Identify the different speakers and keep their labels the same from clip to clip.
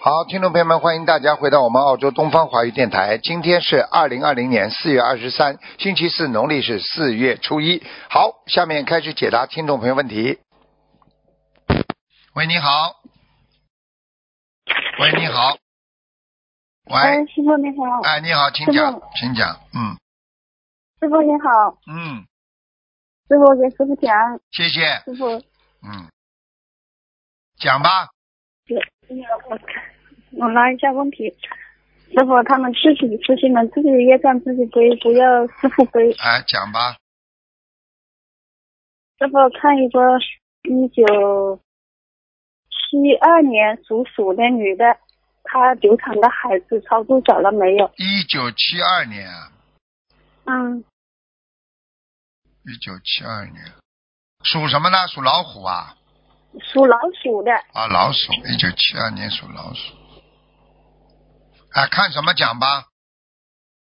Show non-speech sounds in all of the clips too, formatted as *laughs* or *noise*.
Speaker 1: 好，听众朋友们，欢迎大家回到我们澳洲东方华语电台。今天是二零二零年四月二十三，星期四，农历是四月初一。好，下面开始解答听众朋友问题。喂，你好。喂，你好。喂，
Speaker 2: 哎，师傅你好，
Speaker 1: 哎，你好，请讲
Speaker 2: 师，
Speaker 1: 请讲。嗯
Speaker 2: 师傅你好，
Speaker 1: 嗯，
Speaker 2: 师傅给师傅请安，
Speaker 1: 谢谢。
Speaker 2: 师傅，
Speaker 1: 嗯，讲吧。
Speaker 2: 我我拿一下问题，师傅他们自己自己们自己的业障自己背，不要师傅背。
Speaker 1: 哎，讲吧。
Speaker 2: 师傅看一个一九七二年属鼠的女的，她流产的孩子超度走了没有？
Speaker 1: 一九七二年啊，
Speaker 2: 嗯，
Speaker 1: 一九七二年，属什么呢？属老虎啊。
Speaker 2: 属老鼠的，
Speaker 1: 啊，老鼠，一九七二年属老鼠。啊，看什么讲吧？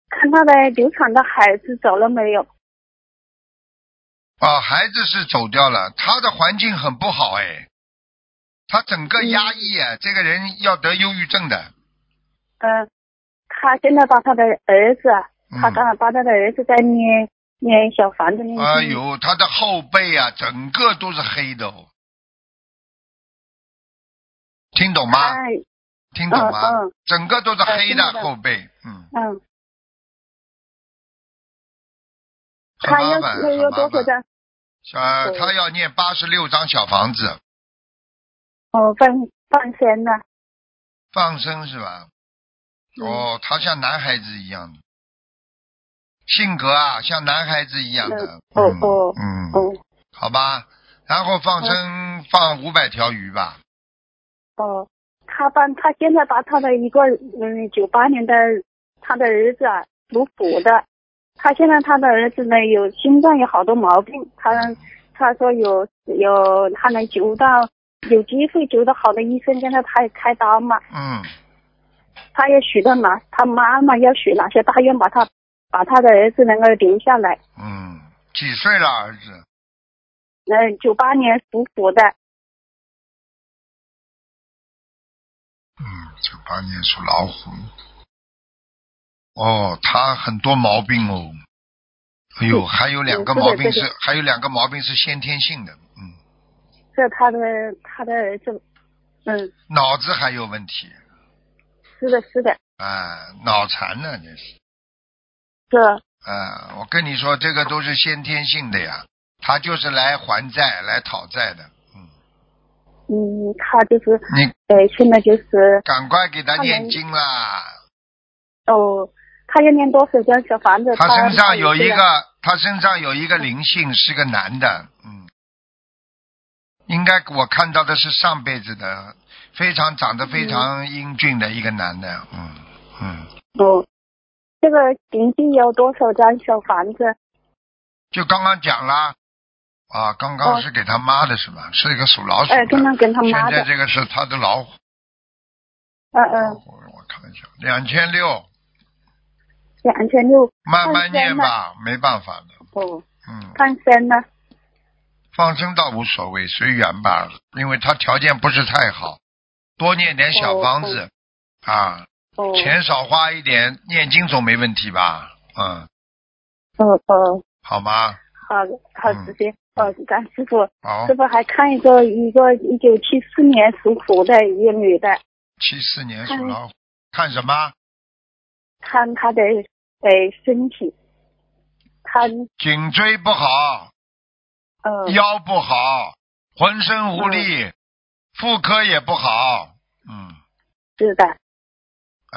Speaker 2: 看她的流产的孩子走了没有？
Speaker 1: 啊，孩子是走掉了，他的环境很不好哎，他整个压抑啊，这个人要得忧郁症的。
Speaker 2: 嗯，她现在把她的儿子啊。
Speaker 1: 嗯
Speaker 2: 他刚好把他的儿子在念念小房子念经。
Speaker 1: 哎呦，他的后背啊，整个都是黑的哦，听懂吗？
Speaker 2: 哎，
Speaker 1: 听懂吗？
Speaker 2: 嗯嗯
Speaker 1: 整个都是黑
Speaker 2: 呃听
Speaker 1: 的
Speaker 2: 得到
Speaker 1: 后背，嗯，
Speaker 2: 嗯，
Speaker 1: 很
Speaker 2: 他
Speaker 1: 麻
Speaker 2: 要
Speaker 1: 烦，
Speaker 2: 要
Speaker 1: 很
Speaker 2: 要
Speaker 1: 麻
Speaker 2: 多少
Speaker 1: 烦。
Speaker 2: 张？
Speaker 1: 呃，
Speaker 2: 对
Speaker 1: 他要念八十六张小房子，
Speaker 2: 哦，放放生呢？
Speaker 1: 放生是吧？
Speaker 2: 嗯
Speaker 1: 哦，他像男孩子一样的，性格啊，像男孩子一样的。
Speaker 2: 嗯哦
Speaker 1: 嗯
Speaker 2: 哦
Speaker 1: 嗯，
Speaker 2: 哦嗯
Speaker 1: 好吧。然后放生放五百条鱼吧。
Speaker 2: 哦，他帮他现在把他的一个嗯九八年的他的儿子啊，属虎的，他现在他的儿子呢有心脏有好多毛病，他他说有有他能救到有机会救到好的医生，现在他也开刀嘛，
Speaker 1: 嗯，
Speaker 2: 嗯他要许的哪，他妈妈要许哪些大愿，把他把他的儿子能够留下来。
Speaker 1: 嗯，几岁了儿子？
Speaker 2: 嗯，九八年属虎的，
Speaker 1: 嗯，九八年属老虎。哦，他很多毛病哦。哎呦，还有两个
Speaker 2: 嗯是的
Speaker 1: 毛病
Speaker 2: 是的
Speaker 1: 是，还有两个毛病是先天性的，嗯，
Speaker 2: 这他的他的儿子，嗯，
Speaker 1: 脑子还有问题，
Speaker 2: 是的，是的，
Speaker 1: 啊，脑残呢，这是。
Speaker 2: 这
Speaker 1: 啊，我跟你说，这个都是先天性的呀，他就是来还债、来讨债的。嗯，
Speaker 2: 嗯，他就是
Speaker 1: 你
Speaker 2: 呃，现在就是
Speaker 1: 赶快给他
Speaker 2: 他
Speaker 1: 念
Speaker 2: 能
Speaker 1: 经啦！
Speaker 2: 哦，他要念多少张小房子？
Speaker 1: 他身上有一
Speaker 2: 他
Speaker 1: 个，他身上有一个灵性，是个男的。嗯，应该我看到的是上辈子的，非常长得非
Speaker 2: 嗯
Speaker 1: 常英俊的一个男的。嗯嗯，
Speaker 2: 哦，这个灵性有多少张小房子？
Speaker 1: 就刚刚讲啦，啊，刚刚
Speaker 2: 哦
Speaker 1: 是给他妈的是吧？是一个属老鼠
Speaker 2: 呃，刚
Speaker 1: 的。
Speaker 2: 刚跟他妈
Speaker 1: 现
Speaker 2: 的
Speaker 1: 在，这个是他的老虎。
Speaker 2: 嗯
Speaker 1: 老
Speaker 2: 嗯，
Speaker 1: 虎，我看一下，两千六，
Speaker 2: 两千六
Speaker 1: 慢慢念吧，没办法的，
Speaker 2: 哦，
Speaker 1: 嗯，
Speaker 2: 放生呢？
Speaker 1: 放生倒无所谓，随缘吧，因为他条件不是太好，多念点小房子，啊，
Speaker 2: 哦
Speaker 1: 钱少花一点，念经总没问题吧，嗯，
Speaker 2: 哦哦，
Speaker 1: 好吗？
Speaker 2: 好的好
Speaker 1: 嗯
Speaker 2: 直接哦，感谢师傅。
Speaker 1: 好
Speaker 2: 师，傅还看一个一个一九七四年属虎的一个女的，
Speaker 1: 七四年属老虎，看什么？
Speaker 2: 看她的呃身体，她
Speaker 1: 颈椎不好，
Speaker 2: 呃
Speaker 1: 腰不好，浑身无力，妇科也不好，嗯。
Speaker 2: 是的，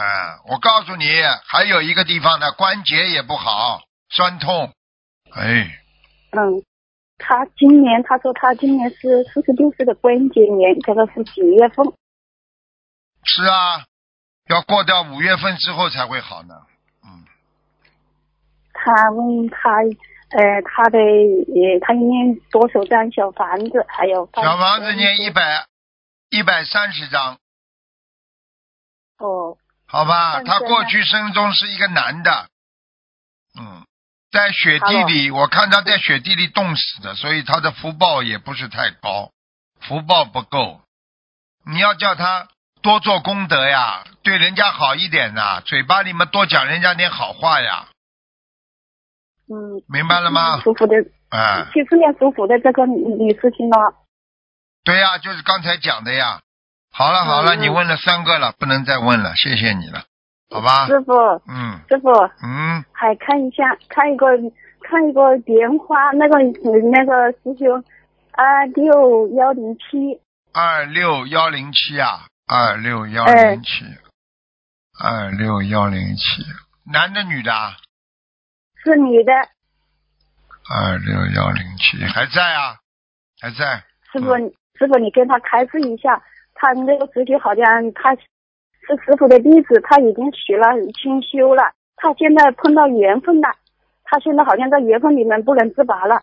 Speaker 1: 啊，我告诉你，还有一个地方呢，关节也不好，酸痛。哎，
Speaker 2: 嗯，她今年她说她今年是四十六岁的关节炎，这个是几月份？
Speaker 1: 是啊，要过掉五月份之后才会好呢。嗯，
Speaker 2: 她问她呃她的呃她念多少张小房子，还有放
Speaker 1: 小房子
Speaker 2: 生
Speaker 1: 念一百一百三十张，
Speaker 2: 哦
Speaker 1: 好吧？
Speaker 2: 放生
Speaker 1: 他
Speaker 2: 呢
Speaker 1: 过去生中是一个男的，嗯，在雪地里，我看他在雪地里冻死的，所以他的福报也不是太高，福报不够。你要叫他多做功德呀，对人家好一点呐，嘴巴里面多讲人家点好话呀，
Speaker 2: 嗯，
Speaker 1: 明白了吗？
Speaker 2: 属虎的，
Speaker 1: 啊、
Speaker 2: 去思念属虎的这个女事情呢，哦
Speaker 1: 对呀，就是刚才讲的呀。好了好了，
Speaker 2: 嗯
Speaker 1: 你问了三个了，不能再问了，谢谢你了，好吧？
Speaker 2: 师傅，
Speaker 1: 嗯
Speaker 2: 师傅
Speaker 1: 嗯，
Speaker 2: 还看一下，看一个看一个莲花，那个那个师兄，二六幺零七，
Speaker 1: 二六幺零七啊，二六幺零七，二六幺零七，男的女的啊？
Speaker 2: 是女的，
Speaker 1: 二六幺零七还在啊，还在。
Speaker 2: 师傅，
Speaker 1: 嗯
Speaker 2: 师傅，你跟他开示一下，他那个侄女好像他是师傅的弟子，他已经学了清修了，他现在碰到缘分了，他现在好像在缘分里面不能自拔了。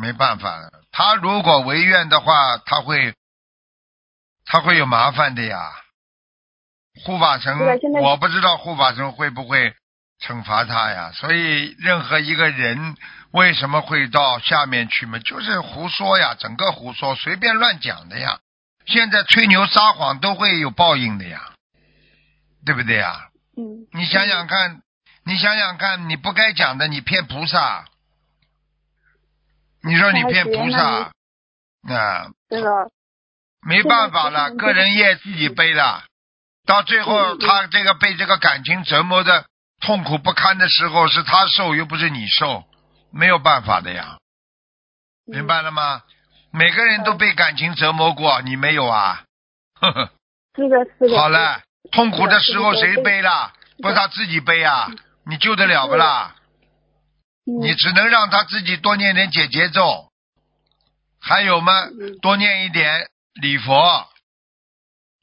Speaker 1: 没办法的，他如果违愿的话，他会，他会有麻烦的呀。护法神
Speaker 2: 对啊现，在
Speaker 1: 我不知道护法神会不会惩罚他呀。所以，任何一个人为什么会到下面去嘛，就是胡说呀，整个胡说，随便乱讲的呀。现在吹牛撒谎都会有报应的呀，对不对呀？
Speaker 2: 嗯，
Speaker 1: 你想想看，你想想看，你不该讲的，你骗菩萨，你说你骗菩萨，
Speaker 2: 哎
Speaker 1: 啊，
Speaker 2: 这个
Speaker 1: 没办法了，
Speaker 2: 现在
Speaker 1: 个人业自己背了，到最后
Speaker 2: 嗯嗯嗯
Speaker 1: 他这个被这个感情折磨的痛苦不堪的时候，是他受又不是你受，没有办法的呀，
Speaker 2: 嗯
Speaker 1: 明？白了吗？每个人都被感情折磨过，你没有啊？ *laughs* 呵呵。
Speaker 2: 是的，是的。
Speaker 1: 好了，痛苦的时候谁背啦？
Speaker 2: 对
Speaker 1: 不是他自己背啊？你救得了不啦？
Speaker 2: 嗯。
Speaker 1: 你只能让他自己多念点解结咒，还有嘛
Speaker 2: 嗯，
Speaker 1: 多念一点礼佛。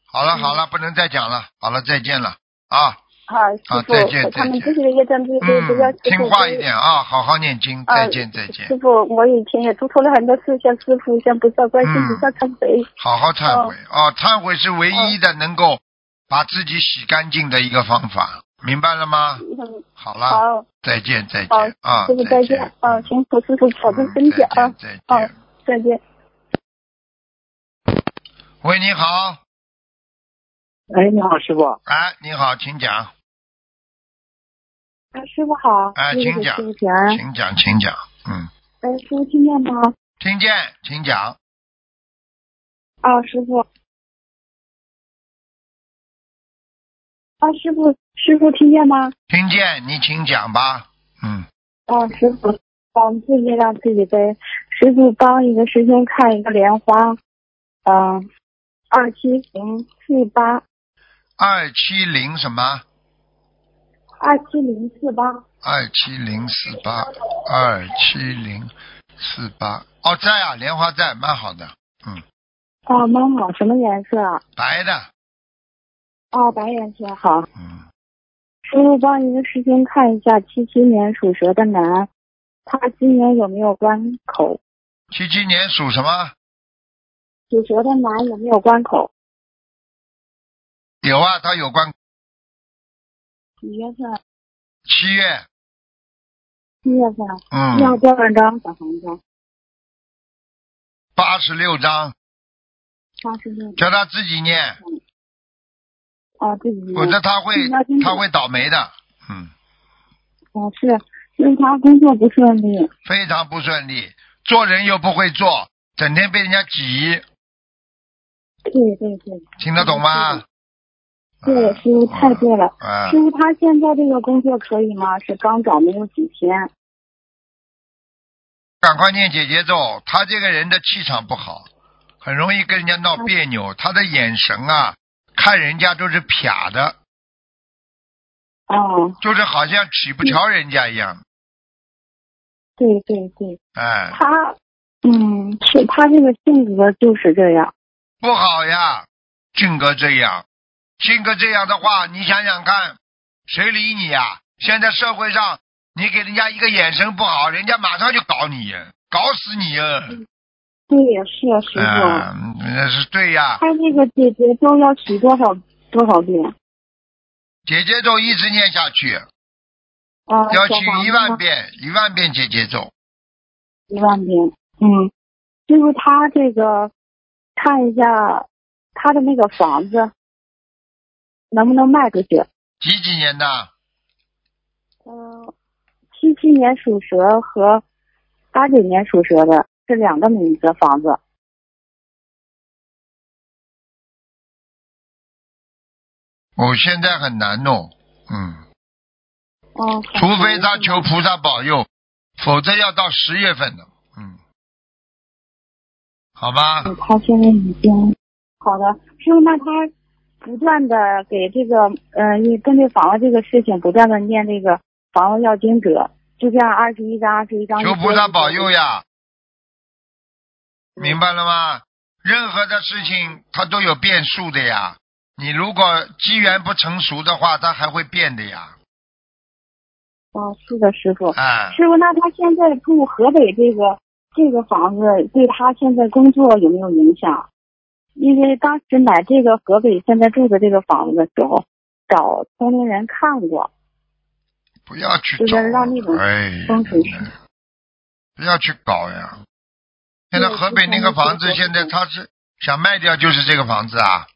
Speaker 1: 好了
Speaker 2: 嗯
Speaker 1: 好了，不能再讲了，好了再见了啊，
Speaker 2: 好，
Speaker 1: 好
Speaker 2: 师
Speaker 1: 再见
Speaker 2: 傅，他
Speaker 1: 再
Speaker 2: 们
Speaker 1: 见
Speaker 2: 自己的业障就是不要
Speaker 1: 嗯
Speaker 2: 吃，
Speaker 1: 听
Speaker 2: 苦
Speaker 1: 话一。点啊，好好念经，
Speaker 2: 啊
Speaker 1: 再见再见
Speaker 2: 师，傅，我以前也做错了很多事，向师傅、向菩萨关心、
Speaker 1: 嗯
Speaker 2: 菩萨忏悔。
Speaker 1: 好好忏悔
Speaker 2: 哦
Speaker 1: 啊，忏悔是唯一的能够把自己洗干净的一个方法，明白了吗？
Speaker 2: 嗯，
Speaker 1: 好了，
Speaker 2: 好，
Speaker 1: 再见再
Speaker 2: 好
Speaker 1: 见啊，
Speaker 2: 师傅再见。啊，辛苦师傅保重身体啊
Speaker 1: 嗯。再见再
Speaker 2: 哦
Speaker 1: 见，
Speaker 3: 啊
Speaker 2: 再见。
Speaker 1: 喂，你好，
Speaker 4: 哎，你好，师傅。
Speaker 1: 哎，你好，请讲，
Speaker 3: 啊，师傅好，
Speaker 1: 哎
Speaker 3: 弟
Speaker 1: 请
Speaker 3: 子
Speaker 1: 讲
Speaker 3: 师傅平安。
Speaker 1: 请讲，请讲，嗯，
Speaker 3: 哎，师傅听见吗？
Speaker 1: 听见，请讲，
Speaker 3: 啊，师傅。啊，师傅，师傅听见吗？
Speaker 1: 听见，你请讲吧，嗯，
Speaker 3: 啊，师傅，我们自己让自己背。师傅帮一个师兄看一个莲花，嗯、二七零四八，
Speaker 1: 二七零什么？
Speaker 3: 二七零四八，
Speaker 1: 二七零四八，二七零四八，哦，在啊，莲花在，蛮好的，嗯，
Speaker 3: 啊，妈妈，什么颜色啊？
Speaker 1: 白的，
Speaker 3: 哦，白颜色，好。
Speaker 1: 嗯，
Speaker 3: 师傅帮一个师兄看一下，七七年属蛇的男，他今年有没有关口？
Speaker 1: 七七年属什么？
Speaker 3: 属蛇的男有没有关口？
Speaker 1: 有啊，他有关
Speaker 3: 几月份？
Speaker 1: 七月，
Speaker 3: 七月份？啊要
Speaker 1: 嗯，
Speaker 3: 多少张小房子？啊
Speaker 1: 八十六章，
Speaker 3: 八十六张。
Speaker 1: 叫他自己念，
Speaker 3: 哦，自己
Speaker 1: 否则他会
Speaker 3: 嗯要听
Speaker 1: 他
Speaker 3: 懂
Speaker 1: 会倒霉的，嗯。
Speaker 3: 哦，是，因为他工作不顺利。
Speaker 1: 非常不顺利，做人又不会做，整天被人家挤，
Speaker 3: 对对对，
Speaker 1: 听得懂吗？
Speaker 3: 对，师傅太对了。
Speaker 1: 啊，
Speaker 3: 师傅，他现在这个工作可以吗？是刚找没有几天。
Speaker 1: 赶快念姐姐咒。他这个人的气场不好，很容易跟人家闹别扭。他的眼神啊，看人家都是瞟的，
Speaker 3: 哦，
Speaker 1: 就是好像起不瞧人家一样。
Speaker 3: 对对对，
Speaker 1: 哎，
Speaker 3: 他，嗯，是他这个性格就是这样。
Speaker 1: 不好呀，俊哥这样，俊哥这样的话，你想想看，谁理你呀？现在社会上，你给人家一个眼神不好，人家马上就搞你，搞死你呀！
Speaker 3: 对，也嗯是师傅。
Speaker 1: 啊，那是对呀。
Speaker 3: 他这个姐姐都要许多少多少遍？
Speaker 1: 姐姐咒一直念下去，
Speaker 3: 啊，
Speaker 1: 要
Speaker 3: 小
Speaker 1: 取
Speaker 3: 房
Speaker 1: 一
Speaker 3: 子
Speaker 1: 万
Speaker 3: 吗
Speaker 1: 遍，一万遍姐姐咒。
Speaker 3: 一万遍。嗯，就是他这个看一下他的那个房子，
Speaker 2: 能不能卖出去？
Speaker 1: 几几年的？
Speaker 3: 呃
Speaker 2: 嗯，七七年属蛇和八九年属蛇的是两个名字房子，
Speaker 1: 我现在很难弄，嗯，
Speaker 2: 哦，
Speaker 1: 除非他求菩萨保佑，否则要到十月份的，嗯，好吧，
Speaker 2: 嗯他现在已经好的，师傅，那他不断的给这个呃，你针对房子这个事情不断的念这个房子要经者，就这样二十一章二十一章。
Speaker 1: 求菩萨保佑呀，明白了吗？任何的事情它都有变数的呀，你如果机缘不成熟的话，它还会变的呀，
Speaker 2: 哦，是的，师傅。
Speaker 1: 哎、
Speaker 2: 师傅，那他现在住河北这个这个房子，对他现在工作有没有影响？因为当时买这个河北现在住的这个房子的时候，找同龄人看过，
Speaker 1: 不要去
Speaker 2: 就是
Speaker 1: 找，
Speaker 2: 让那种
Speaker 1: 哎
Speaker 2: 风水师
Speaker 1: 呀，不要去搞呀。现在河北那个房子，
Speaker 2: 对就是
Speaker 1: 现在他是想卖掉，就是这个房子啊，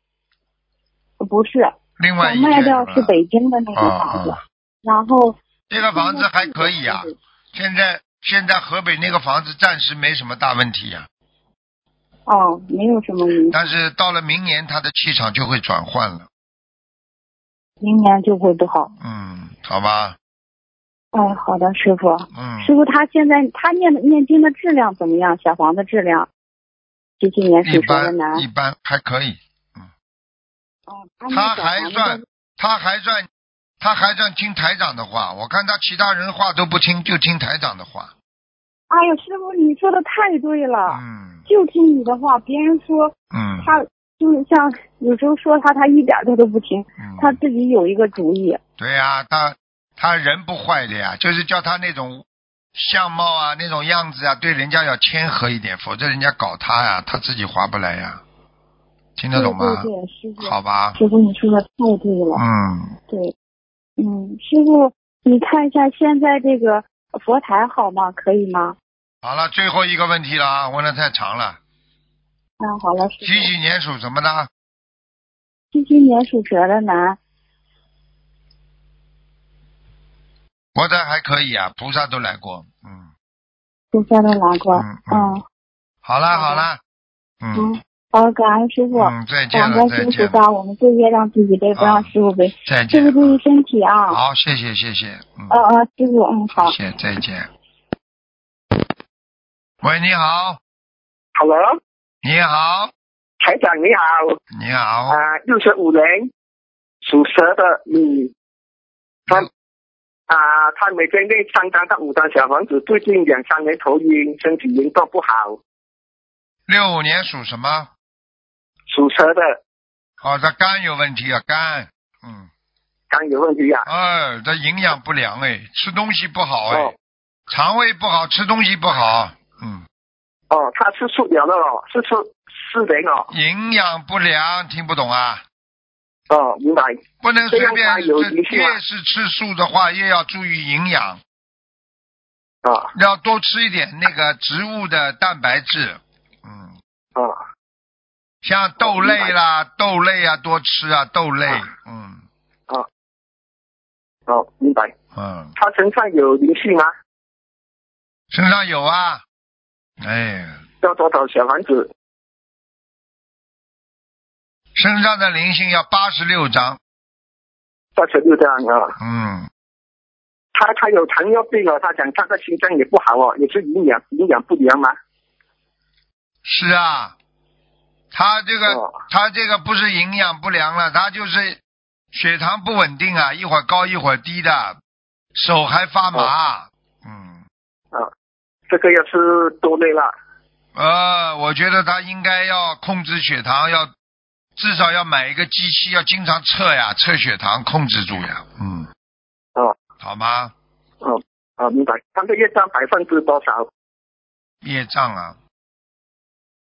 Speaker 2: 不是
Speaker 1: 另外
Speaker 2: 想
Speaker 1: 一
Speaker 2: 卖
Speaker 1: 间
Speaker 2: 掉
Speaker 1: 吧
Speaker 2: 是北京的那个房子，
Speaker 1: 啊啊
Speaker 2: 然后
Speaker 1: 这个房子还可以啊。现在现在河北那个房子暂时没什么大问题呀、
Speaker 2: 哦，没有什么影响，
Speaker 1: 但是到了明年，他的气场就会转换了。
Speaker 2: 明年就会不好。
Speaker 1: 嗯，好吧，
Speaker 2: 哎，好的，师傅，
Speaker 1: 嗯，
Speaker 2: 师傅他现在他念的念经的质量怎么样？小房子质量，几几年
Speaker 1: 一
Speaker 2: 属蛇的
Speaker 1: 般
Speaker 2: 男？
Speaker 1: 一般还可以，
Speaker 2: 哦，
Speaker 1: 他
Speaker 2: 那个
Speaker 1: 还
Speaker 2: 房子
Speaker 1: 算他还算他还算听台长的话，我看他其他人话都不听，就听台长的话。
Speaker 2: 哎呀，师傅，你说的太对了，
Speaker 1: 嗯
Speaker 2: 就听你的话。别人说
Speaker 1: 嗯，
Speaker 2: 啊他就是像有时候说他，他一点儿他都不听，
Speaker 1: 嗯
Speaker 2: 他自己有一个主意。
Speaker 1: 对呀、他他人不坏的呀，就是叫他那种相貌啊，那种样子啊，对人家要谦和一点，否则人家搞他呀，他自己划不来呀，听得懂吗？
Speaker 2: 对对对，师傅，
Speaker 1: 好吧，
Speaker 2: 师傅你说的太对了。
Speaker 1: 嗯，
Speaker 2: 对，嗯，师傅，你看一下现在这个佛台好吗？可以吗？
Speaker 1: 好了，最后一个问题了啊，问的太长了。
Speaker 2: 那好了，师
Speaker 1: 几
Speaker 2: 傅，
Speaker 1: 几年属什么的？
Speaker 2: 七七年属蛇的男，
Speaker 1: 活的还可以啊，菩萨都来过，嗯，
Speaker 2: 菩萨都来过。
Speaker 1: 嗯嗯
Speaker 2: 嗯，
Speaker 1: 好了好了，嗯
Speaker 2: 嗯好，感恩师傅，
Speaker 1: 嗯，再见
Speaker 2: 感
Speaker 1: 了
Speaker 2: 恩
Speaker 1: 再
Speaker 2: 师
Speaker 1: 见
Speaker 2: 傅，
Speaker 1: 了
Speaker 2: 吧，我们罪业让自己背，不
Speaker 1: 啊
Speaker 2: 让师傅背。
Speaker 1: 再
Speaker 2: 师
Speaker 1: 见
Speaker 2: 傅，注意身体啊。
Speaker 1: 好，谢谢谢谢，嗯。
Speaker 2: 呃呃，师傅，嗯，好。
Speaker 1: 谢谢，再见。喂，你好，
Speaker 4: Hello，
Speaker 1: 你好，
Speaker 4: 台长你好
Speaker 1: 你好，
Speaker 4: 啊，六十五年属蛇的
Speaker 1: 嗯
Speaker 4: 你，他啊，他每天练三张到五张小房子，最近两三年头晕，身体运动不好，
Speaker 1: 六五年属什么？
Speaker 4: 属蛇的
Speaker 1: 哦，他肝有问题啊，肝，嗯，
Speaker 4: 肝有问题啊，
Speaker 1: 哎，他营养不良哎，吃东西不好哎
Speaker 4: 哦，
Speaker 1: 肠胃不好，吃东西不好，嗯，
Speaker 4: 哦，他吃素了的哦，是吃四年哦，
Speaker 1: 营养不良，听不懂啊？
Speaker 4: 哦，明白，
Speaker 1: 不能随
Speaker 4: 这样
Speaker 1: 便
Speaker 4: 他
Speaker 1: 吃，
Speaker 4: 有灵性啊
Speaker 1: 越是吃素的话，越要注意营养，
Speaker 4: 哦
Speaker 1: 要多吃一点那个植物的蛋白质，嗯，
Speaker 4: 哦
Speaker 1: 像豆类啦、豆类啊，多吃啊，豆类
Speaker 4: 嗯啊，
Speaker 1: 嗯
Speaker 4: 哦，明白，
Speaker 1: 嗯，
Speaker 4: 他身上有灵性吗？
Speaker 1: 身上有啊，哎，
Speaker 4: 要多少小房子？
Speaker 1: 身上的灵性要八十六张，
Speaker 4: 八十六张啊，
Speaker 1: 嗯，
Speaker 4: 他他有糖尿病哦，他讲他的心脏也不好哦，也是营养营养不良嘛。
Speaker 1: 是啊，他这个、
Speaker 4: 哦
Speaker 1: 他这个不是营养不良了，他就是血糖不稳定啊，一会儿高一会儿低的，手还发
Speaker 4: 哦
Speaker 1: 麻，嗯，
Speaker 4: 啊这个要吃多类了。
Speaker 1: 呃，我觉得他应该要控制血糖，要至少要买一个机器，要经常测呀，测血糖控制住呀，嗯，
Speaker 4: 哦
Speaker 1: 好吗？
Speaker 4: 哦哦，明白。他的业障百分之多少？
Speaker 1: 业障啊，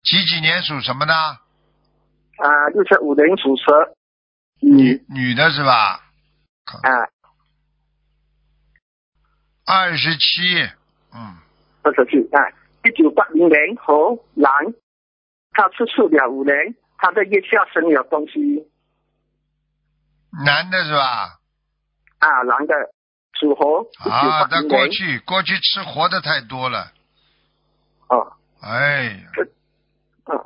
Speaker 1: 几几年属什么的？
Speaker 4: 啊，六十五人属蛇，
Speaker 1: 女女的是吧？
Speaker 4: 啊，
Speaker 1: 二十七，嗯，
Speaker 4: 二十七啊，一九八零年猴男，他吃素了五年，他的腋下生了东西。
Speaker 1: 男的是吧？
Speaker 4: 啊，男的，属猴。
Speaker 1: 啊，
Speaker 4: 他
Speaker 1: 他过去过去吃活的太多了，
Speaker 4: 哦，
Speaker 1: 哎呀，
Speaker 4: 嗯，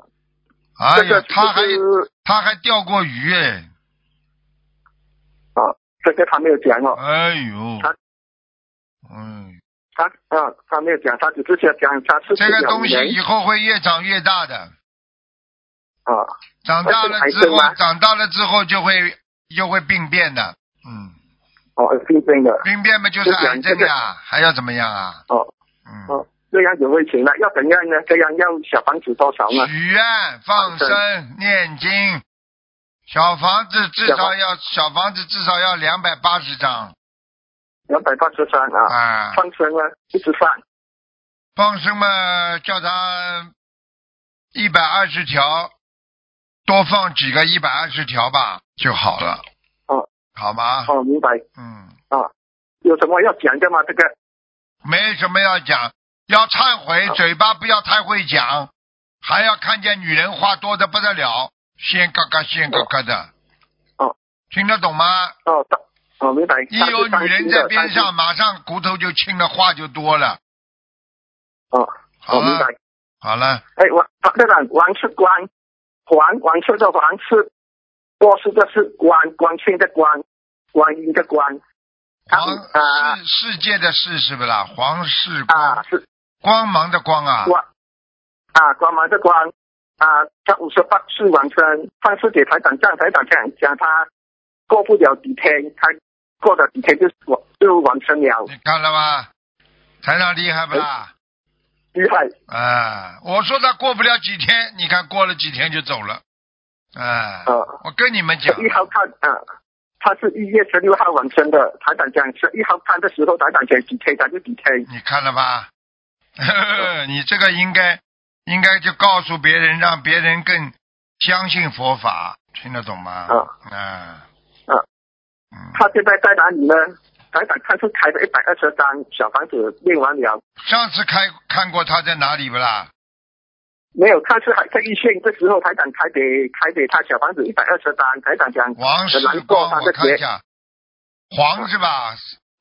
Speaker 1: 哎
Speaker 4: 这个
Speaker 1: 呀，他还
Speaker 4: 就是
Speaker 1: 他还钓过鱼哎，
Speaker 4: 啊，这个他没有讲哦，
Speaker 1: 哎呦
Speaker 4: 他，
Speaker 1: 嗯，
Speaker 4: 他啊，他没有讲，他只是想讲他是
Speaker 1: 这个东西
Speaker 4: 鸟
Speaker 1: 以
Speaker 4: 人
Speaker 1: 后会越长越大的，
Speaker 4: 啊，
Speaker 1: 长大了
Speaker 4: 那是
Speaker 1: 之
Speaker 4: 癌症
Speaker 1: 后
Speaker 4: 吗，
Speaker 1: 长大了之后就会就会病变的，嗯，
Speaker 4: 哦，病病的，
Speaker 1: 病变嘛就是
Speaker 4: 就讲
Speaker 1: 癌症
Speaker 4: 这个
Speaker 1: 呀，还要怎么样啊？
Speaker 4: 哦
Speaker 1: 嗯，
Speaker 4: 哦，这样有危险了，要怎样呢？这样要小房子多少呢？
Speaker 1: 许愿、放生、念经，小房子至
Speaker 4: 小
Speaker 1: 少
Speaker 4: 房
Speaker 1: 要小房子至少要两百八十张
Speaker 4: 两百八十三啊，
Speaker 1: 啊，
Speaker 4: 放生呢，一直放，
Speaker 1: 放生嘛叫他一百二十条，多放几个一百二十条吧就好了。
Speaker 4: 哦，
Speaker 1: 好吗？
Speaker 4: 哦，明白
Speaker 1: 嗯，
Speaker 4: 啊？有什么要讲的吗？这个
Speaker 1: 没什么要讲，要忏悔，
Speaker 4: 哦
Speaker 1: 嘴巴不要太会讲，还要看见女人话多的不得了，先嘎嘎先嘎嘎的。
Speaker 4: 哦，
Speaker 1: 听得懂吗？
Speaker 4: 哦，到哦，明白。
Speaker 1: 一
Speaker 4: 他是
Speaker 1: 有
Speaker 4: 担
Speaker 1: 女人
Speaker 4: 心
Speaker 1: 在
Speaker 4: 的
Speaker 1: 边，
Speaker 4: 担
Speaker 1: 上，
Speaker 4: 心
Speaker 1: 马上骨头就轻了，话就多了。
Speaker 4: 哦，
Speaker 1: 好啊
Speaker 4: 哦，明
Speaker 1: 了
Speaker 4: 白，。
Speaker 1: 好了，
Speaker 4: 哎，王王队长，王是光，黄黄色的黄是，波斯的是光，光圈的光，光阴的光。他
Speaker 1: 黄
Speaker 4: 啊
Speaker 1: 世世界的世是不是啦？黄世光
Speaker 4: 啊，是
Speaker 1: 光芒的光啊，
Speaker 4: 光啊，光芒的光啊，他五十八岁完成，上次给台长讲，台长讲讲他过不了几天，他过了几天就完就完成了，
Speaker 1: 你看了吧？台长厉害不啦？
Speaker 4: 厉害
Speaker 1: 啊，我说他过不了几天，你看过了几天就走了。啊，
Speaker 4: 啊！
Speaker 1: 我跟你们
Speaker 4: 十 *laughs*
Speaker 1: 讲，
Speaker 4: 一号看啊。他是一月十六号完成的，台长讲十一号看的时候，台长讲几天他就几天
Speaker 1: 你看了吧？ *laughs* 你这个应该应该就告诉别人，让别人更相信佛法，听得懂吗？
Speaker 4: 啊。
Speaker 1: 啊，
Speaker 4: 啊
Speaker 1: 嗯，
Speaker 4: 他现在在哪里呢？台长看是开的一百二十张小房子念完了，
Speaker 1: 上次开看过他在哪里不啦？
Speaker 4: 没有看是还在一线。这时候台长开给开给他小房子一百二十张，台长讲
Speaker 1: 王世
Speaker 4: 难过
Speaker 1: 光，
Speaker 4: 他
Speaker 1: 我
Speaker 4: 的
Speaker 1: 看一
Speaker 4: 节
Speaker 1: 下，黄是吧？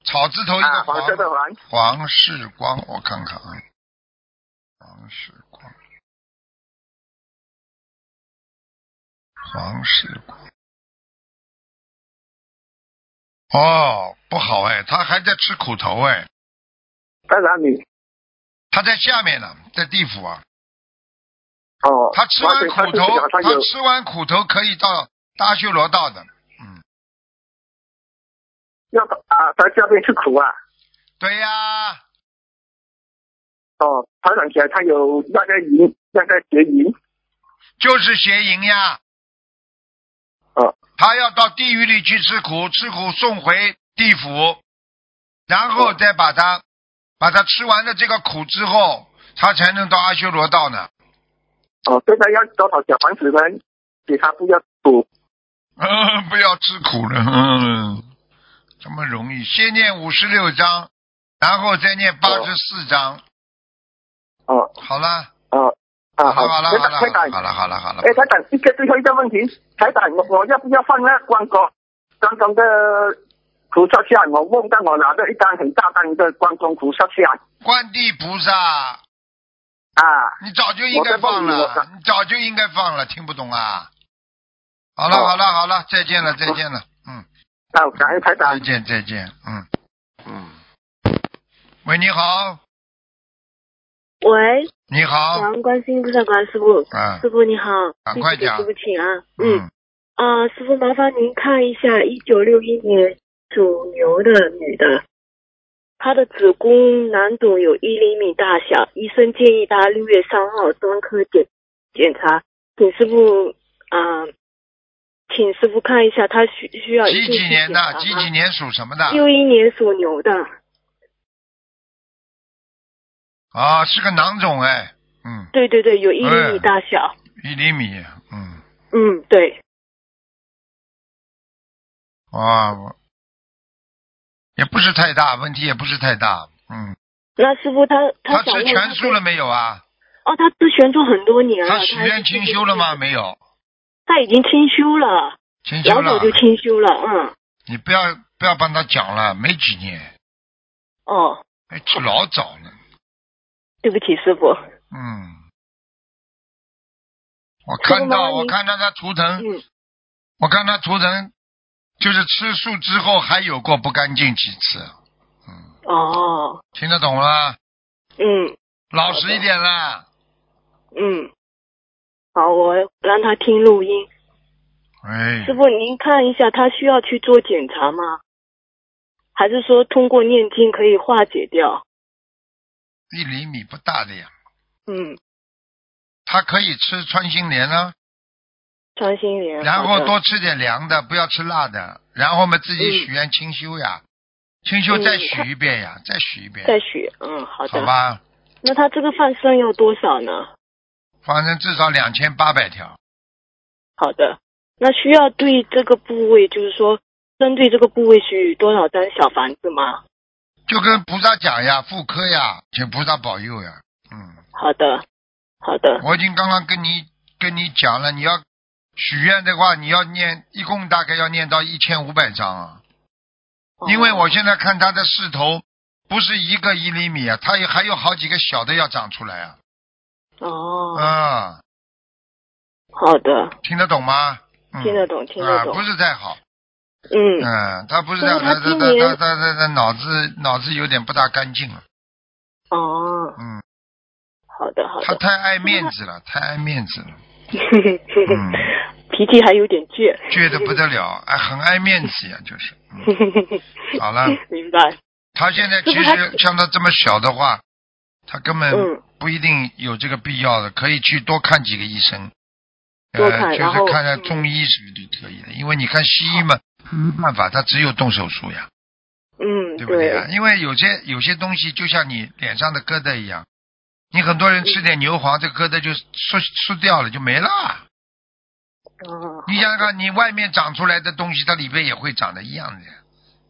Speaker 1: 草字头一
Speaker 4: 啊，
Speaker 1: 个
Speaker 4: 黄色的黄
Speaker 1: 黄世光，我看看啊，黄世光，黄世光，哦，不好哎，他还在吃苦头哎，
Speaker 4: 在哪里？
Speaker 1: 他在下面呢，在地府啊，
Speaker 4: 哦，
Speaker 1: 他吃完
Speaker 4: 他
Speaker 1: 苦头
Speaker 4: 是，他
Speaker 1: 他
Speaker 4: 有
Speaker 1: 吃完苦头可以到大修罗道的，嗯，
Speaker 4: 要啊，他下面是苦啊。
Speaker 1: 对呀、
Speaker 4: 哦，台长讲他有那个银，那个结银。
Speaker 1: 就是邪淫呀。
Speaker 4: 哦
Speaker 1: 他要到地狱里去吃苦，吃苦送回地府，然后再把他、把他吃完了这个苦之后，他才能到阿修罗道呢。
Speaker 4: 哦，现在要多少小房子呢？给他不要苦
Speaker 1: 呃，不要吃苦了，嗯，这么容易？先念五十六章，然后再念八十四章，
Speaker 4: 哦
Speaker 1: 好了，
Speaker 4: 哦啊
Speaker 1: 好了，好了，好
Speaker 4: 台长
Speaker 1: 了，
Speaker 4: 台长
Speaker 1: 好了，好了，好了
Speaker 4: 哎，，台长，一个最后一个问题，台长，我我要不要放那光光光光的菩萨像？我梦到我拿着一张很大张的光光菩萨像
Speaker 1: 观地菩萨，
Speaker 4: 啊，
Speaker 1: 你早就应该放
Speaker 4: 我在帮
Speaker 1: 了
Speaker 4: 你，
Speaker 1: 你早就应该放了，听不懂啊？好了
Speaker 4: 哦
Speaker 1: 好了好了，再见了再见了，嗯，
Speaker 4: 啊，感恩台
Speaker 1: 再
Speaker 4: 长，
Speaker 1: 见再见，嗯嗯。喂，你好，
Speaker 5: 喂，
Speaker 1: 你好，
Speaker 5: 王关心菩萨观师傅，
Speaker 1: 啊，
Speaker 5: 师傅你好，
Speaker 1: 赶
Speaker 5: 弟
Speaker 1: 快
Speaker 5: 子给
Speaker 1: 讲
Speaker 5: 师傅请安。嗯，
Speaker 1: 嗯，
Speaker 5: 啊、师傅麻烦您看一下，一九六一年属牛的女的，她的子宫囊肿有一厘米大小，医生建议她六月三号专科检检查，请师傅啊、请师傅看一下她需需要一
Speaker 1: 几
Speaker 5: 定
Speaker 1: 几
Speaker 5: 去
Speaker 1: 年的？几
Speaker 5: 检查
Speaker 1: 几
Speaker 5: 吗？
Speaker 1: 年属什么的？
Speaker 5: 啊六一年属牛的，
Speaker 1: 啊，是个囊肿哎，嗯，
Speaker 5: 对对对，有一厘
Speaker 1: 哎
Speaker 5: 米大小。
Speaker 1: 一厘米，嗯，
Speaker 5: 嗯，对，
Speaker 1: 啊，我也不是太大，问题也不是太大，嗯，
Speaker 5: 那师傅他
Speaker 1: 他
Speaker 5: 想
Speaker 1: 吃
Speaker 5: 问
Speaker 1: 全素
Speaker 5: 对
Speaker 1: 了没有啊？
Speaker 5: 哦，他之前做很多年了。
Speaker 1: 他许愿清修了吗？？没有，
Speaker 5: 他已经清修了。
Speaker 1: 清修
Speaker 5: 老
Speaker 1: 了，
Speaker 5: 早就清修了，嗯，
Speaker 1: 你不要不要帮他讲了，没几年，
Speaker 5: 哦，
Speaker 1: 哎，这老早了，
Speaker 5: 对不起，师傅，
Speaker 1: 嗯。我
Speaker 5: 师傅
Speaker 1: 看
Speaker 5: 麻
Speaker 1: 到，
Speaker 5: 烦
Speaker 1: 我
Speaker 5: 您
Speaker 1: 看到他图腾，
Speaker 5: 嗯，
Speaker 1: 我看他图腾，就是吃素之后还有过不干净几次，
Speaker 5: 哦，
Speaker 1: 听得懂了？
Speaker 5: 嗯
Speaker 1: 老实一点啦。
Speaker 5: 嗯，好，我让他听录音。
Speaker 1: 哎
Speaker 5: 师，傅，您看一下，他需要去做检查吗？还是说通过念经可以化解掉？
Speaker 1: 一厘米不大的呀，
Speaker 5: 嗯，
Speaker 1: 他可以吃穿心莲啊，
Speaker 5: 穿心莲。
Speaker 1: 然
Speaker 5: 嗯好
Speaker 1: 后
Speaker 5: 的
Speaker 1: 多吃点凉的，不要吃辣的，然后嘛自己
Speaker 5: 嗯
Speaker 1: 许愿清修呀，清修再许一遍呀，再许一遍，
Speaker 5: 再许，嗯，好
Speaker 1: 好
Speaker 5: 的。
Speaker 1: 吧？
Speaker 5: 那他这个放生要多少呢？
Speaker 1: 反正至少两千八百条，
Speaker 5: 好的，那需要对这个部位，就是说针对这个部位许多少张小房子吗？
Speaker 1: 就跟菩萨讲呀，妇科呀，请菩萨保佑呀，嗯。
Speaker 5: 好的，好的，
Speaker 1: 我已经刚刚跟你跟你讲了，你要许愿的话，你要念一共大概要念到一千五百章啊，
Speaker 5: 哦
Speaker 1: 因为我现在看他的势头不是一个一厘米啊，他也还有好几个小的要长出来啊，
Speaker 5: 哦，
Speaker 1: 啊，
Speaker 5: 好的，
Speaker 1: 听得懂吗？嗯、
Speaker 5: 听得懂，听得懂
Speaker 1: 啊，不，是太好，
Speaker 5: 嗯，
Speaker 1: 嗯，他不是太好，他
Speaker 5: 但是他
Speaker 1: 他
Speaker 5: 今
Speaker 1: 他他
Speaker 5: 年
Speaker 1: 他他他脑子脑子有点不大干净了，啊
Speaker 5: 哦，
Speaker 1: 嗯，
Speaker 5: 好的，好 *laughs*
Speaker 1: 他嗯
Speaker 5: 的，
Speaker 1: 太爱面子了，太爱面子了，嗯
Speaker 5: 脾气还有点倔，
Speaker 1: 倔得不得
Speaker 5: *laughs*
Speaker 1: 了，哎，很爱面子呀，就是，嗯，好了。
Speaker 5: 明白？
Speaker 1: 他现在其
Speaker 5: 师傅
Speaker 1: 实像他这么小的话，他根本
Speaker 5: 嗯
Speaker 1: 不一定有这个必要的，可以去多看几个医生，
Speaker 5: 多看
Speaker 1: 呃，就
Speaker 5: 然
Speaker 1: 是
Speaker 5: 后嗯
Speaker 1: 看看中医什么就可以了。因为你看西医嘛，没办法，他只有动手术呀，
Speaker 5: 嗯，
Speaker 1: 对不啊对呀？因为有些有些东西就像你脸上的疙瘩一样，你很多人吃
Speaker 5: 嗯
Speaker 1: 点牛黄，这疙瘩就缩缩掉了，就没了。
Speaker 5: 哦，
Speaker 1: 你想想看，你外面长出来的东西，它里边也会长得一样的，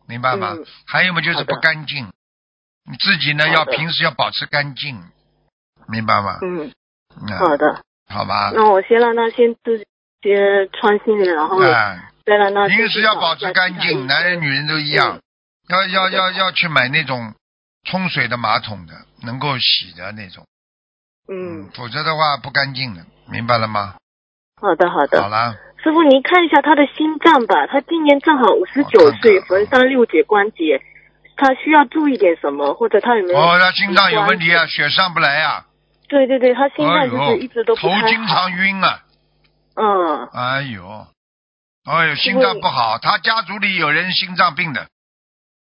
Speaker 1: 明白吗？
Speaker 5: 嗯
Speaker 1: 还有嘛，就是
Speaker 5: 好的
Speaker 1: 不干净，你自己呢
Speaker 5: 好
Speaker 1: 要
Speaker 5: 的
Speaker 1: 平时要保持干净，明白吗？
Speaker 5: 嗯，
Speaker 1: 嗯
Speaker 5: 好的，
Speaker 1: 好吧。
Speaker 5: 那我先让他先自先穿心莲，然后
Speaker 1: 哎，
Speaker 5: 再让他
Speaker 1: 平
Speaker 5: 先
Speaker 1: 时
Speaker 5: 去
Speaker 1: 要
Speaker 5: 找
Speaker 1: 保
Speaker 5: 一
Speaker 1: 持
Speaker 5: 下其
Speaker 1: 干
Speaker 5: 他
Speaker 1: 净，
Speaker 5: 医
Speaker 1: 男
Speaker 5: 生
Speaker 1: 人女人都一样
Speaker 5: 啊
Speaker 1: 要
Speaker 5: 嗯，
Speaker 1: 要
Speaker 5: 好的
Speaker 1: 要要去买那种冲水的马桶的，能够洗的那种，
Speaker 5: 嗯，
Speaker 1: 否则的话不干净的，明白了吗？
Speaker 5: 好的，好的，
Speaker 1: 好了，
Speaker 5: 师傅，您看一下他的心脏吧，他今年正好五十九
Speaker 1: 我看看
Speaker 5: 岁，
Speaker 1: 啊
Speaker 5: 横三六节关节，他需要注意点什么，或者他有没有？
Speaker 1: 哦，他心脏有问题啊，血上不来啊，
Speaker 5: 对对对，他心
Speaker 1: 哎
Speaker 5: 脏就是一直
Speaker 1: 呦，
Speaker 5: 都不
Speaker 1: 头
Speaker 5: 太
Speaker 1: 经
Speaker 5: 好。
Speaker 1: 常晕啊。
Speaker 5: 嗯，
Speaker 1: 哎呦，哎呦，
Speaker 5: 师
Speaker 1: 心
Speaker 5: 傅
Speaker 1: 脏不好，他家族里有人心脏病的，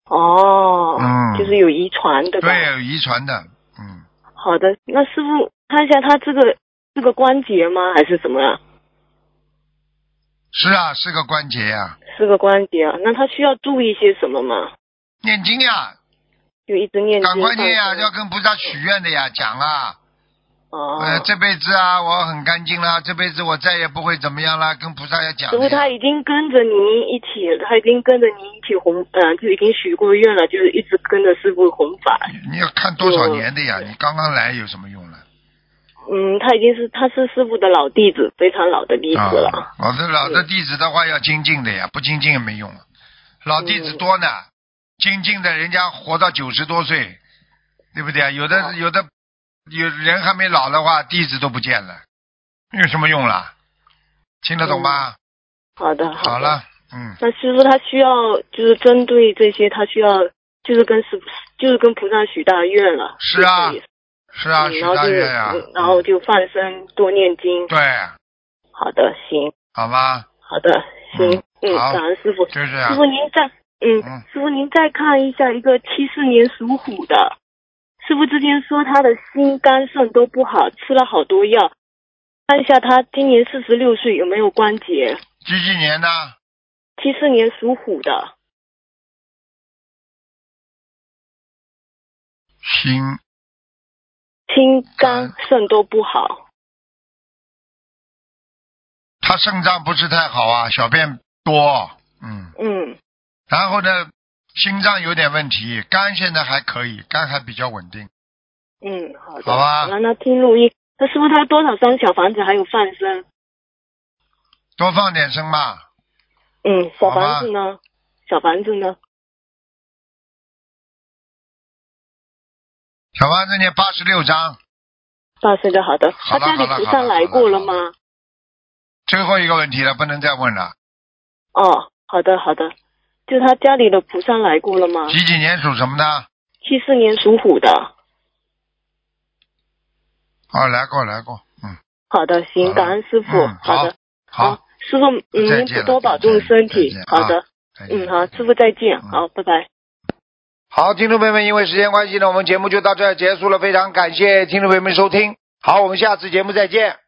Speaker 5: 哦，
Speaker 1: 嗯
Speaker 5: 就是有遗传的吧？
Speaker 1: 对，有遗传的，嗯，
Speaker 5: 好的，那师傅看一下他这个这个关节吗？还是什么啊？
Speaker 1: 是啊，是个关节呀、
Speaker 5: 是个关节啊？那他需要注意些什么吗？
Speaker 1: 念经呀、
Speaker 5: 就一直念经。
Speaker 1: 赶快念呀、
Speaker 5: 放生
Speaker 1: 要跟菩萨许愿的呀，讲啊，
Speaker 5: 哦。
Speaker 1: 呃，这辈子啊，我很干净啦，这辈子我再也不会怎么样啦，跟菩萨要讲
Speaker 5: 师
Speaker 1: 的
Speaker 5: 傅
Speaker 1: 呀。
Speaker 5: 他已经跟着您一起，他已经跟着您一起弘，嗯、就已经许过愿了，就是一直跟着师傅弘法。
Speaker 1: 你要看多少
Speaker 5: 嗯
Speaker 1: 年的呀？你刚刚来有什么用了？
Speaker 5: 嗯，他已经是他是师傅的老弟子，非常老的弟
Speaker 1: 啊
Speaker 5: 子了。，
Speaker 1: 老的老的
Speaker 5: 嗯
Speaker 1: 弟子的话要精进的呀，不精进也没用啊。老弟子多呢，
Speaker 5: 嗯
Speaker 1: 精进的人家活到九十多岁，对不对啊？
Speaker 5: 嗯
Speaker 1: 有的、有的有人还没老的话，弟子都不见了，有什么用啦？听得懂吗？
Speaker 5: 嗯好的，
Speaker 1: 好
Speaker 5: 的。
Speaker 1: 了，嗯，
Speaker 5: 那师傅他需要就是针对这些，他需要就是跟师就是跟菩萨许大愿了。
Speaker 1: 是啊
Speaker 5: 就是
Speaker 1: 是啊，
Speaker 5: 嗯
Speaker 1: 许
Speaker 5: 然后
Speaker 1: 大
Speaker 5: 就
Speaker 1: 愿呀、嗯
Speaker 5: 嗯然后就放生多念经。
Speaker 1: 对，
Speaker 5: 好的，行，
Speaker 1: 好吗？
Speaker 5: 好的，行，
Speaker 1: 嗯
Speaker 5: 嗯，
Speaker 1: 好
Speaker 5: 感恩师傅。
Speaker 1: 就啊这
Speaker 5: 师傅
Speaker 1: 样。
Speaker 5: 您再，嗯，
Speaker 1: 嗯
Speaker 5: 师傅您再看一下一个七四年属虎的，师傅之前说他的心、肝、肾都不好，吃了好多药，看一下他今年四十六岁有没有关节？
Speaker 1: 几几年呢？
Speaker 5: 七四年属虎的，
Speaker 1: 心
Speaker 5: 心、
Speaker 1: 嗯
Speaker 5: 肝、肾都不好，
Speaker 1: 他肾脏不是太好啊，小便多，嗯。
Speaker 5: 嗯，
Speaker 1: 然后呢，心脏有点问题，肝现在还可以，肝还比较稳定。
Speaker 5: 嗯，好的，
Speaker 1: 好吧
Speaker 5: 让他听录音。那师傅他多少张小房子还有放生？
Speaker 1: 多放点生吧，
Speaker 5: 嗯，小
Speaker 1: 好吧
Speaker 5: 房子呢？小房子呢？
Speaker 1: 小王子念八十六章，
Speaker 5: 八岁的好的，
Speaker 1: 好
Speaker 5: 他
Speaker 1: 了
Speaker 5: 家里
Speaker 1: 好了
Speaker 5: 菩
Speaker 1: 好
Speaker 5: 萨
Speaker 1: 了
Speaker 5: 来
Speaker 1: 好了
Speaker 5: 过了
Speaker 1: 好了
Speaker 5: 吗？
Speaker 1: 最后一个问题了，不能再问了。
Speaker 5: 哦，好的好的，就他家里的菩萨来过了吗？
Speaker 1: 几几年属什么呢？
Speaker 5: 七四年属虎的。
Speaker 1: 哦，来过来过，嗯，
Speaker 5: 好的，
Speaker 1: 好
Speaker 5: 行，
Speaker 1: 了
Speaker 5: 感恩师傅。
Speaker 1: 嗯好
Speaker 5: 好的，
Speaker 1: 好，，
Speaker 5: 师傅，嗯，
Speaker 1: 再
Speaker 5: 您
Speaker 1: 见了
Speaker 5: 多保重
Speaker 1: 再见
Speaker 5: 身体
Speaker 1: 再见。啊
Speaker 5: 好的，
Speaker 1: 再见
Speaker 5: 嗯，好，师傅再见，
Speaker 1: 嗯
Speaker 5: 好，拜拜。
Speaker 1: 好，听众朋友们，因为时间关系呢，我们节目就到这儿结束了，非常感谢听众朋友们收听，好，我们下次节目再见。